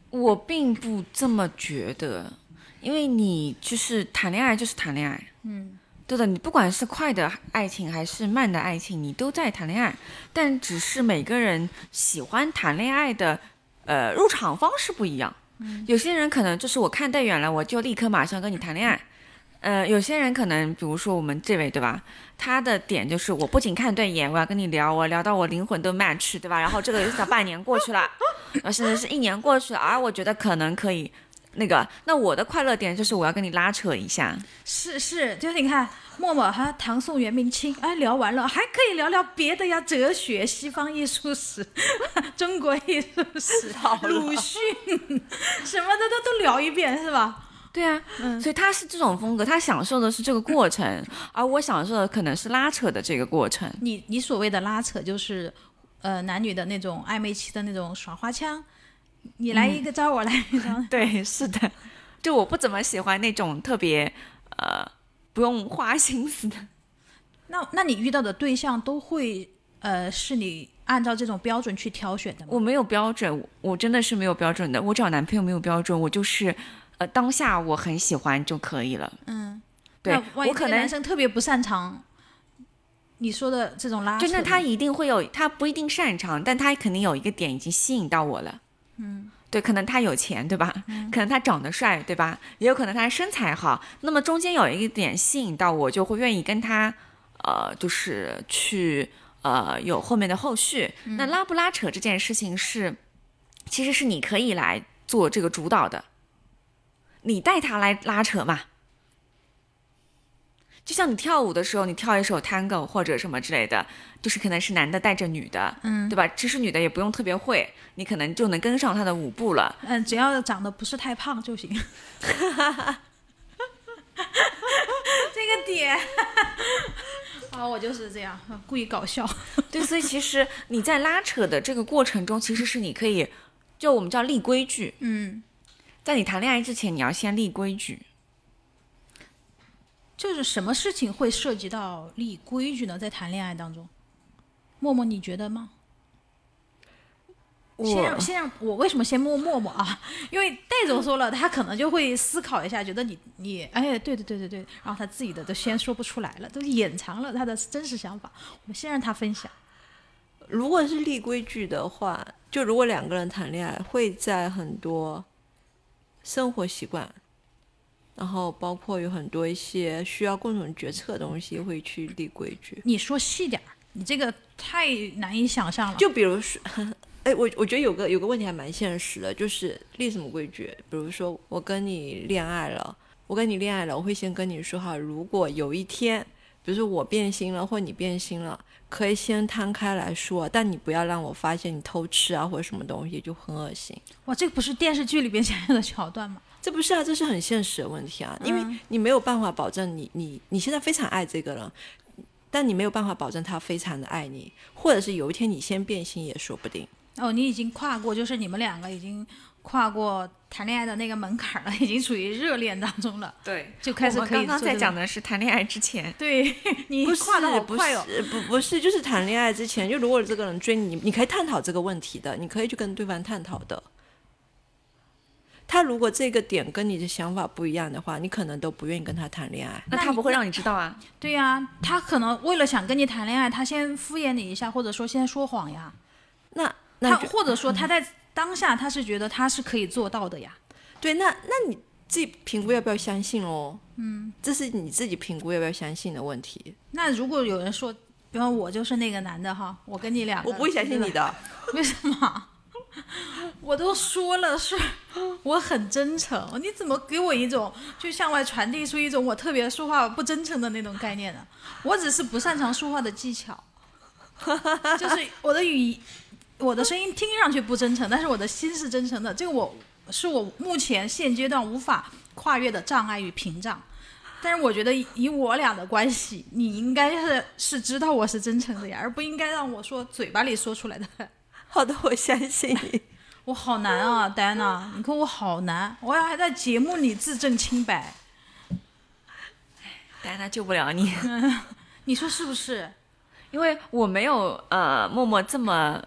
我并不这么觉得，因为你就是谈恋爱就是谈恋爱，嗯，对的，你不管是快的爱情还是慢的爱情，你都在谈恋爱，但只是每个人喜欢谈恋爱的呃入场方式不一样，有些人可能就是我看对眼了，我就立刻马上跟你谈恋爱。呃，有些人可能，比如说我们这位，对吧？他的点就是，我不仅看对眼，我要跟你聊，我聊到我灵魂都 match，对吧？然后这个小半年过去了，呃，甚至是一年过去了，啊，我觉得可能可以。那个，那我的快乐点就是我要跟你拉扯一下，
是是，就是你看默默和唐宋元明清，哎，聊完了还可以聊聊别的呀，哲学、西方艺术史、 中国艺术史、鲁迅什么的都都聊一遍，是吧？
对啊，所以他是这种风格，他享受的是这个过程，而我享受的可能是拉扯的这个过程。
你你所谓的拉扯，就是呃男女的那种暧昧期的那种耍花枪，你来一个招，我来一个招，
对，是的，就我不怎么喜欢那种特别呃不用花心思的。
那那你遇到的对象都会呃是你按照这种标准去挑选的吗？
我没有标准，我我真的是没有标准的。我找男朋友没有标准，我就是呃当下我很喜欢就可以了。
嗯，
对
那万一
我可
这个男
能
生特别不擅长你说的这种拉扯
就
呢，
那他一定会有，他不一定擅长，但他肯定有一个点已经吸引到我了。嗯，对，可能他有钱，对吧？
嗯
可能他长得帅，对吧？也有可能他身材好。那么中间有一个点吸引到我，就会愿意跟他，呃，就是去呃有后面的后续。
嗯
那拉不拉扯这件事情是，其实是你可以来做这个主导的，你带他来拉扯嘛。就像你跳舞的时候，你跳一首 tango 或者什么之类的，就是可能是男的带着女的，
嗯
对吧？其实女的也不用特别会，你可能就能跟上她的舞步 了。
嗯，只要长得不是太胖就行。 这个点啊，我就是这样，故意搞笑。
对，所以其实你在拉扯的这个过程中，其实是你可以，就我们叫立规矩，
嗯，
在你谈恋爱之前，你要先立规矩。
就是什么事情会涉及到立规矩呢？在谈恋爱当中，默默你觉得吗？先让先让我为什么先摸默默啊？因为戴总说了，他可能就会思考一下，觉得你你哎，对对对对对，然后他自己的都先说不出来了，都掩藏了他的真实想法。我们先让他分享。
如果是立规矩的话，就如果两个人谈恋爱，会在很多生活习惯，然后包括有很多一些需要共同决策的东西，会去立规矩。
你说细点儿，你这个太难以想象了。
就比如说，哎，我我觉得有个有个问题还蛮现实的，就是立什么规矩？比如说，我跟你恋爱了，我跟你恋爱了，我会先跟你说哈，如果有一天，比如说我变心了，或你变心了，可以先摊开来说，但你不要让我发现你偷吃啊，或者什么东西，就很恶心。
哇，这个不是电视剧里边想要的桥段吗？
这不是啊，这是很现实的问题啊，因为你没有办法保证你你你现在非常爱这个人，但你没有办法保证他非常的爱你，或者是有一天你先变心也说不定。
哦，你已经跨过，就是你们两个已经跨过谈恋爱的那个门槛儿了，已经处于热恋当中了，
对，
就开始
我
可
们
以
刚刚
做
在
这
讲
种，
的是谈恋爱之前，
对 你
不是
跨的好
不
快哦。
是不不是，就是谈恋爱之前，就如果这个人追你，你可以探讨这个问题的，你可以去跟对方探讨的。他如果这个点跟你的想法不一样的话，你可能都不愿意跟他谈恋爱。
那
那
他
你
不会让你知道啊。
对呀、他可能为了想跟你谈恋爱，他先敷衍你一下，或者说先说谎呀。
那
他
那就
或者说他在当下他是觉得他是可以做到的呀。
对，那那你自己评估要不要相信喽？嗯，这是你自己评估要不要相信的问题。
那如果有人说，比方我就是那个男的哈，我跟你两个，
我不会相信你的。
为什么？我都说了是， 我很真诚，你怎么给我一种就向外传递出一种我特别说话不真诚的那种概念呢？我只是不擅长说话的技巧，就是我的语，我的声音听上去不真诚，但是我的心是真诚的，这个我是我目前现阶段无法跨越的障碍与屏障。但是我觉得以我俩的关系，你应该是是知道我是真诚的呀，而不应该让我说嘴巴里说出来的。
好的，我相信你。
我好难啊，戴安娜，你看我好难，我还在节目里自证清白，
但他救不了你，
你说是不是？
因为我没有呃默默这么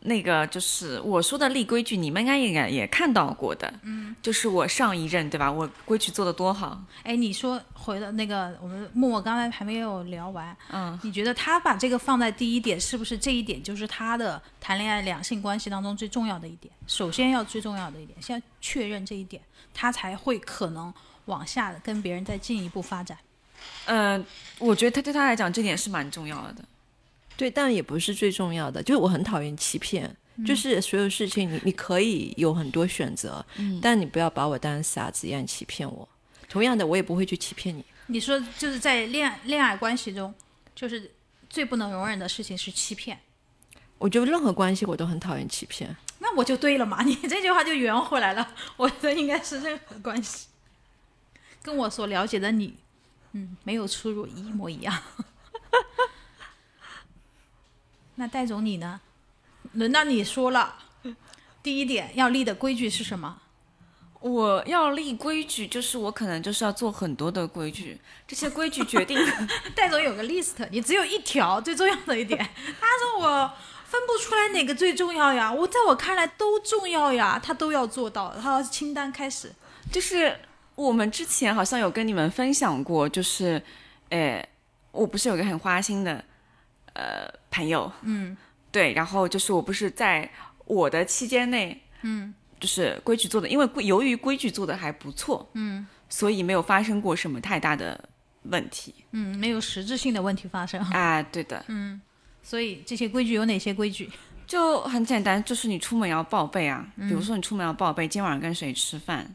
那个，就是我说的立规矩，你们应该也也看到过的。嗯，就是我上一任对吧？我规矩做的多好，
哎，你说回到那个我们默默刚才还没有聊完，
嗯，
你觉得他把这个放在第一点，是不是这一点就是他的谈恋爱两性关系当中最重要的一点？首先要最重要的一点，先要确认这一点，他才会可能往下跟别人再进一步发展。
嗯、我觉得他对他来讲这点是蛮重要的。
对，但也不是最重要的，就是我很讨厌欺骗。就是所有事情你，你可以有很多选择，但你不要把我当傻子一样欺骗我。同样的，我也不会去欺骗你。
你说就是在恋恋爱关系中，就是最不能容忍的事情是欺骗。
我觉得任何关系我都很讨厌欺骗。
那我就对了嘛，你 这句话就圆回来了。 我觉得应该是任何关系，跟我所了解的你，嗯，没有出入，一模一样。 那戴总你呢？轮到你说了，第一点要立的规矩是什么？
我要立规矩，就是我可能就是要做很多的规矩，这些规矩决定
戴总有个 list，你只有一条最重要的一点。 他说我分不出来哪个最重要呀，我在我看来都重要呀，他都要做到。他要清单开始，
就是我们之前好像有跟你们分享过，就是，诶，我不是有个很花心的呃朋友，嗯，对，然后就是我不是在我的期间内，嗯，就是规矩做的，因为规由于规矩做的还不错，嗯，所以没有发生过什么太大的问题
嗯，没有实质性的问题发生。
啊，对的，
所以这些规矩有哪些规矩？
就很简单，就是你出门要报备啊，比如说你出门要报备今晚上跟谁吃饭，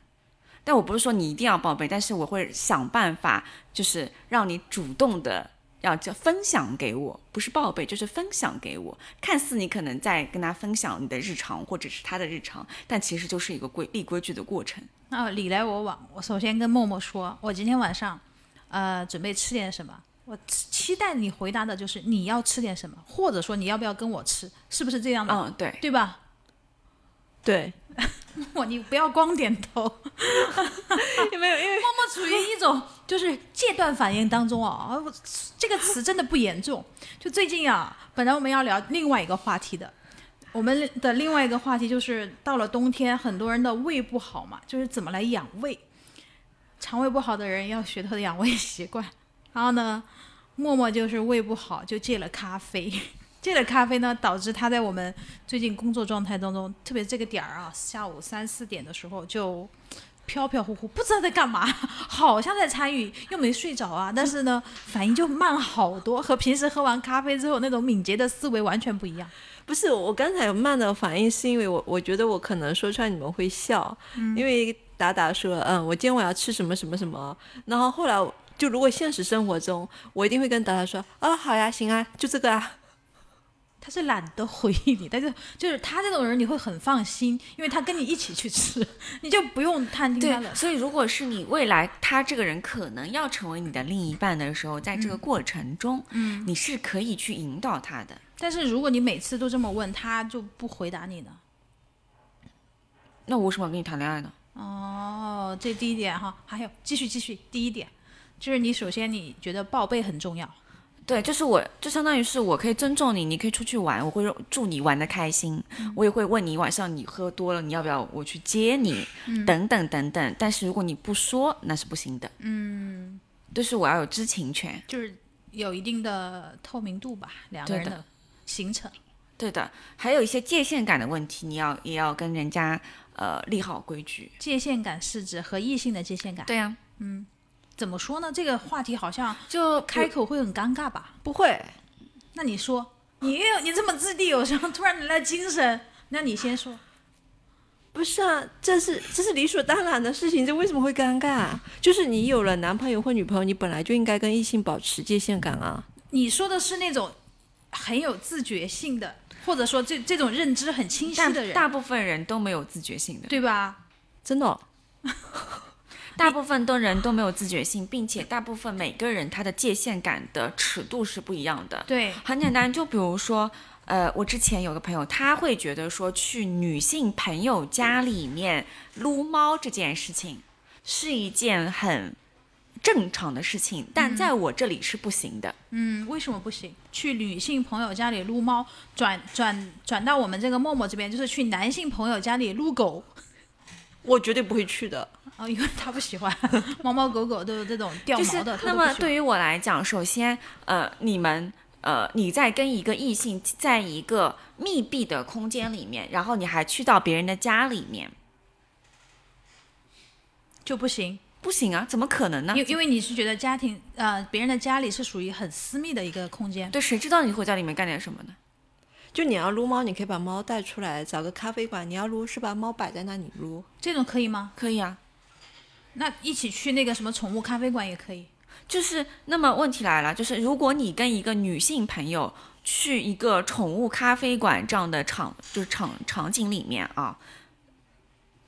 但我不是说你一定要报备，但是我会想办法，就是让你主动的要就分享给我，不是报备，就是分享给我。看似你可能在跟他分享你的日常或者是他的日常，但其实就是一个规立规矩的过程。
那你来我往，我首先跟默默说，我今天晚上，呃，准备吃点什么。我期期待你回答的就是你要吃点什么，或者说你要不要跟我吃，是不是这样的？
嗯，对，
对吧？
对，
我 你不要光点头，
没 有，因为
默默处于一种就是戒断反应当中啊、 啊我这个词真的不严重。就最近啊，本来我们要聊另外一个话题的，我们的另外一个话题就是到了冬天，很多人的胃不好嘛，就是怎么来养胃。肠胃不好的人要学他的养胃习惯。然后呢，默默就是胃不好，就戒了咖啡。戒了咖啡呢，导致他在我们最近工作状态当中，特别这个点儿啊，下午三四点的时候就飘飘忽忽，不知道在干嘛，好像在参与，又没睡着 啊，但是呢，反应就慢好多，和平时喝完咖啡之后那种敏捷的思维完全不一样。
不是我刚才有慢的反应，是因为我我觉得我可能说出来你们会笑，因为达达说，嗯，我今天晚上吃什么什么什么，然后后来我就如果现实生活中，我一定会跟达达说，啊，好呀，行啊，就这个啊，
他是懒得回应你，但是就是他这种人，你会很放心，因为他跟你一起去吃，你就不用探听他
对，
了。
所以如果是你未来他这个人可能要成为你的另一半的时候，在这个过程中，嗯，你是可以去引导他的。
但是如果你每次都这么问，他就不回答你呢？
那我为什么要跟你谈恋爱呢？
哦，这第一点哈，还有继续继续，第一点就是你首先你觉得报备很重要，
对，就是我，就相当于是我可以尊重你，你可以出去玩，我会祝你玩的开心，我也会问你晚上你喝多了，你要不要我去接你，等等等等。但是如果你不说，那是不行的。嗯，就是我要有知情权。
就是有一定的透明度吧，两个
对
人
的
的行程。
对的，还有一些界限感的问题，你要也要跟人家呃立好规矩。
界限感是指和异性的界限感，
对呀、
怎么说呢？这个话题好像
就
开口会很尴尬吧？
不会，
那你说，你又有你这么掷地有声， 突然来了精神，那你先说。
不是啊，这是这是理所当然的事情，这为什么会尴尬、就是你有了男朋友或女朋友，你本来就应该跟异性保持界限感啊。
你说的是那种很有自觉性的，或者说这这种认知很清晰的
但
人，
大部分人都没有自觉性的，
对吧？
真的哦、
大部分的人都没有自觉性，并且大部分每个人他的界限感的尺度是不一样的。
对，
很简单，就比如说，呃，我之前有个朋友，他会觉得说去女性朋友家里面撸猫这件事情是一件很正常的事情，但在我这里是不行的。
嗯，为什么不行？去女性朋友家里撸猫，转转转到我们这个默默这边，就是去男性朋友家里撸狗
我绝对不会去的。
啊、因为他不喜欢猫猫狗狗都有这种掉
就
毛
是
的，他
那
都不
么
喜欢
对于我来讲，首先，呃，你们。呃，你在跟一个异性在一个密闭的空间里面，然后你还去到别人的家里面，
就不行，
不行啊，怎么可能呢？
因因为你是觉得家庭呃别人的家里是属于很私密的一个空间，
对，谁知道你会在里面干点什么呢？
就你要撸猫，你可以把猫带出来，找个咖啡馆，你要撸是把猫摆在那里撸。
这种可以吗？
可以啊，
那一起去那个什么宠物咖啡馆也可以。
就是那么问题来了，就是如果你跟一个女性朋友去一个宠物咖啡馆这样的场，就是场场景里面啊，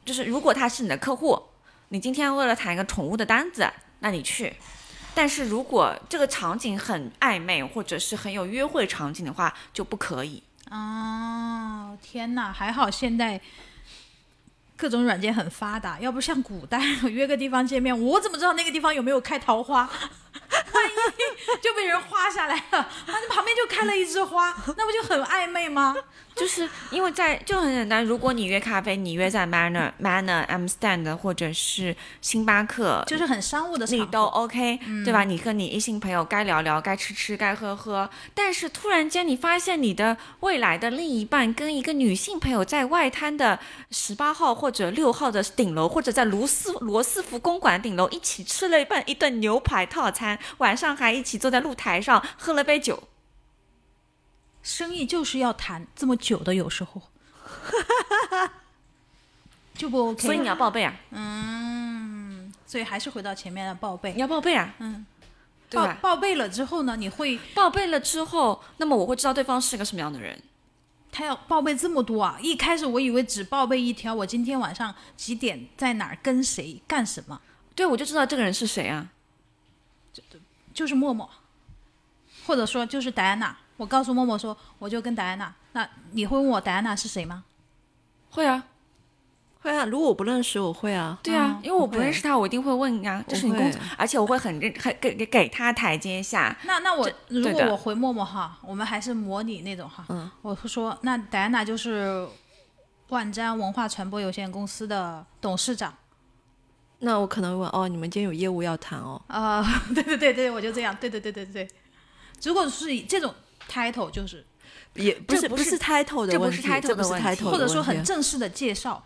就是如果他是你的客户，你今天为了谈一个宠物的单子，那你去。但是如果这个场景很暧昧，或者是很有约会场景的话，就不可以。
哦，天哪！还好现在各种软件很发达，要不像古代约个地方见面，我怎么知道那个地方有没有开桃花？万一就被人花下来了，那旁边就开了一枝花，那不就很暧昧吗？
就是因为在就很简单，如果你约咖啡，你约在 Manner、Manner、Amstand 或者是星巴克，
就是很商务的
你
场
都
合。
OK，、对吧？你和你异性朋友该聊聊，该吃吃，该喝喝。但是突然间，你发现你的未来的另一半跟一个女性朋友在外滩的十八号或者六号的顶楼，或者在罗斯罗斯福公馆顶楼一起吃了一顿一顿牛排套餐，晚上还一起坐在露台上喝了杯酒。
生意就是要谈这么久的，有时候。就不 OK。
所以你要报备啊，
嗯，所以还是回到前面的报备
你。要报备啊，
嗯，
对
报
吧？
报备了之后呢，你会
报备了之后，那么我会知道对方是个什么样的人。
他要报备这么多啊！一开始我以为只报备一条，我今天晚上几点在哪儿跟谁干什么，
对，我就知道这个人是谁啊。
就是默默，或者说就是戴安娜。我告诉默默说，我就跟戴安娜。那你会问我戴安娜是谁吗？
会啊，
会啊，如果我不认识，我会啊。
对啊，因为我不
会
认识他，我一定会问啊，这是你工作
我，
而且我会很认，很给给给他台阶下。
那那我如
对
果
的
我回默默哈，我们还是模拟那种哈，
嗯
我会说那戴安娜就是万瞻文化传播有限公司的董事长。
那我可能会问哦，你们今天有业务要谈哦。
啊、 对对对对，我就这样，对对对对对。如果是以这种 title，就是
也不
这
是
不
是
是
title 的
这不
问
是
题，
title
这不
的
是
问
title
题
的
或者说
问
很
题
正式的介绍，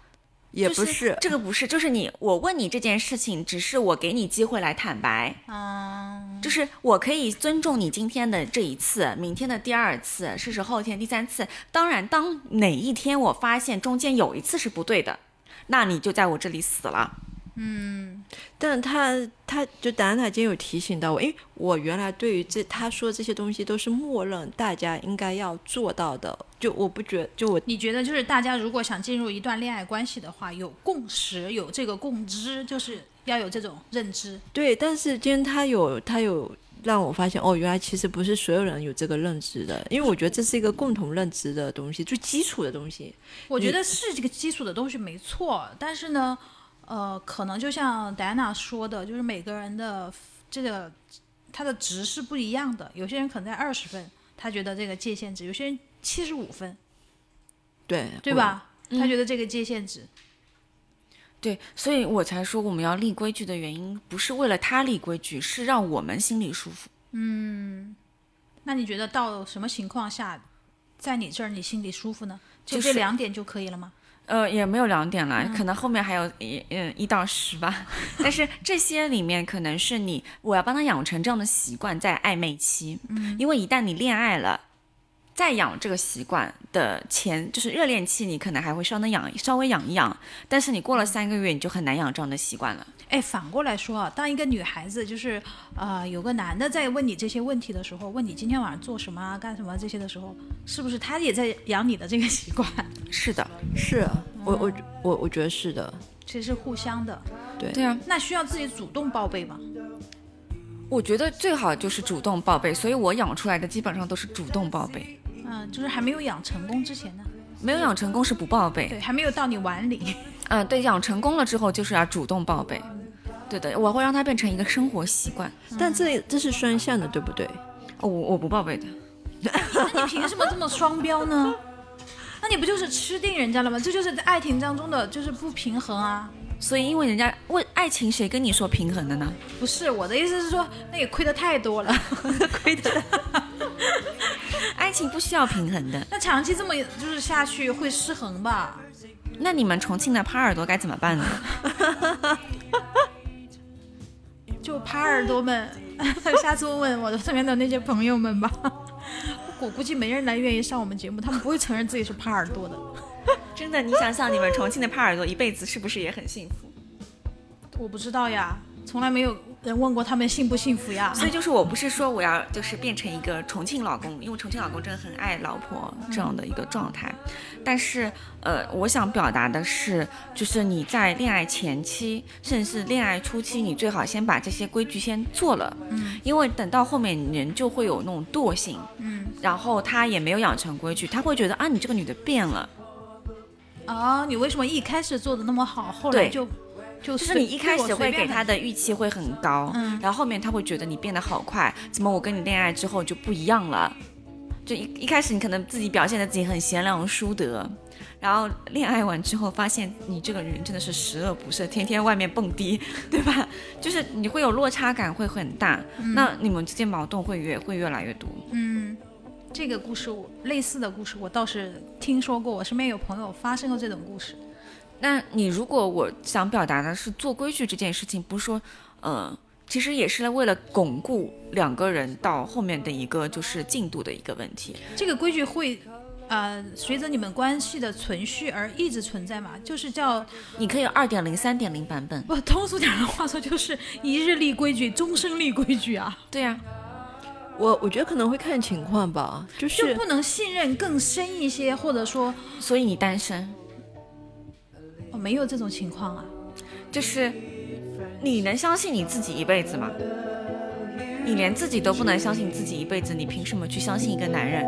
也
就
不是
这个不是，就是你我问你这件事情，只是我给你机会来坦白，
嗯，
就是我可以尊重你今天的这一次，明天的第二次，甚至后天第三次。当然，当哪一天我发现中间有一次是不对的，那你就在我这里死了。
但他他就达安塔今天有提醒到我，因为我原来对于这他说这些东西都是默认大家应该要做到的，就我不觉就我
你觉得就是大家如果想进入一段恋爱关系的话，有共识，有这个共知，就是要有这种认知。
对，但是今天他有他有让我发现哦，原来其实不是所有人有这个认知的，因为我觉得这是一个共同认知的东西，最基础的东西。
我觉得是这个基础的东西没错，但是呢，呃，可能就像戴安娜说的，就是每个人的这个他的值是不一样的，有些人可能在二十分，他觉得这个界限值；有些人七十五分，
对
对？吧？他觉得这个界限值，
对，所以我才说我们要立规矩的原因，不是为了他立规矩，是让我们心里舒服。
那你觉得到什么情况下，在你这儿你心里舒服呢？就
就
这
是
两点就可以了吗？
呃，也没有两点啦，可能后面还有一嗯一到十吧。 但是这些里面可能是你，我要帮他养成这样的习惯，在暧昧期，嗯，因为一旦你恋爱了，再养这个习惯的前，就是热恋期，你可能还会稍微养稍微养一养，但是你过了三个月，你就很难养这样的习惯了。
哎，反过来说啊，当一个女孩子就是呃有个男的在问你这些问题的时候，问你今天晚上做什么啊、干什么啊这些的时候，是不是他也在养你的这个习惯？
是的，
是我我我我觉得是的，
其实是互相的。
对啊，
那需要自己主动报备吗？
我觉得最好就是主动报备，所以我养出来的基本上都是主动报备，
嗯、就是还没有养成功之前呢，
没有养成功是不报备。
对，还没有到你碗里。
嗯，对，养成功了之后就是要主动报备。对的，我会让它变成一个生活习惯。
但这这是双向的，对不对？
哦，我我不报备的，
那你凭什么这么双标呢？ 那你不就是吃定人家了吗？这就是在爱情当中的就是不平衡啊。
所以因为人家问爱情，谁跟你说平衡的呢？
不是我的意思是说，那也亏的太多了， 亏的。
爱情不需要平衡的。
那长期这么就是下去会失衡吧？
那你们重庆的耙耳朵该怎么办呢？
就耙耳朵们， 下次问问我的身边的那些朋友们吧。 我估计没人来愿意上我们节目，他们不会承认自己是耙耳朵的。
真的，你想想，你们重庆的耙耳朵一辈子是不是也很幸福？
我不知道呀，从来没有人问过他们幸不幸福呀。
所以就是我不是说我要就是变成一个重庆老公，因为重庆老公真的很爱老婆
嗯
这样的一个状态，但是呃，我想表达的是，就是你在恋爱前期，甚至是恋爱初期，你最好先把这些规矩先做了，
嗯，
因为等到后面人就会有那种惰性，
嗯，
然后他也没有养成规矩，他会觉得啊，你这个女的变了，
啊，你为什么一开始做的那么好，后来
对
就就
就是
随
你一开
对我
始
随
会
便
给他
很
的预期会很高，
嗯
然后后面他会觉得你变得好快，怎么我跟你恋爱之后就不一样了？就一一开始你可能自己表现的自己很贤良淑德，然后恋爱完之后发现你这个人真的是十恶不赦，天天外面蹦迪， 对吧？就是你会有落差感会很大，那你们之间矛盾会越会越来越多。
嗯，这个故事我类似的故事我倒是听说过，我身边有朋友发生过这种故事。
那你如果我想表达的是做规矩这件事情，不是说，呃，其实也是为了巩固两个人到后面的一个就是进度的一个问题。
这个规矩会呃，随着你们关系的存续而一直存在嘛，就是叫
你可以有二点零、三点零版本。
不通俗点儿的话说，就是一日立规矩，终身立规矩啊，
对呀、
我我觉得可能会看情况吧，就
就是不能信任更深一些，或者说
所以你单身，
哦、没有这种情况啊。
就是你能相信你自己一辈子吗？你连自己都不能相信自己一辈子，你凭什么去相信一个男人？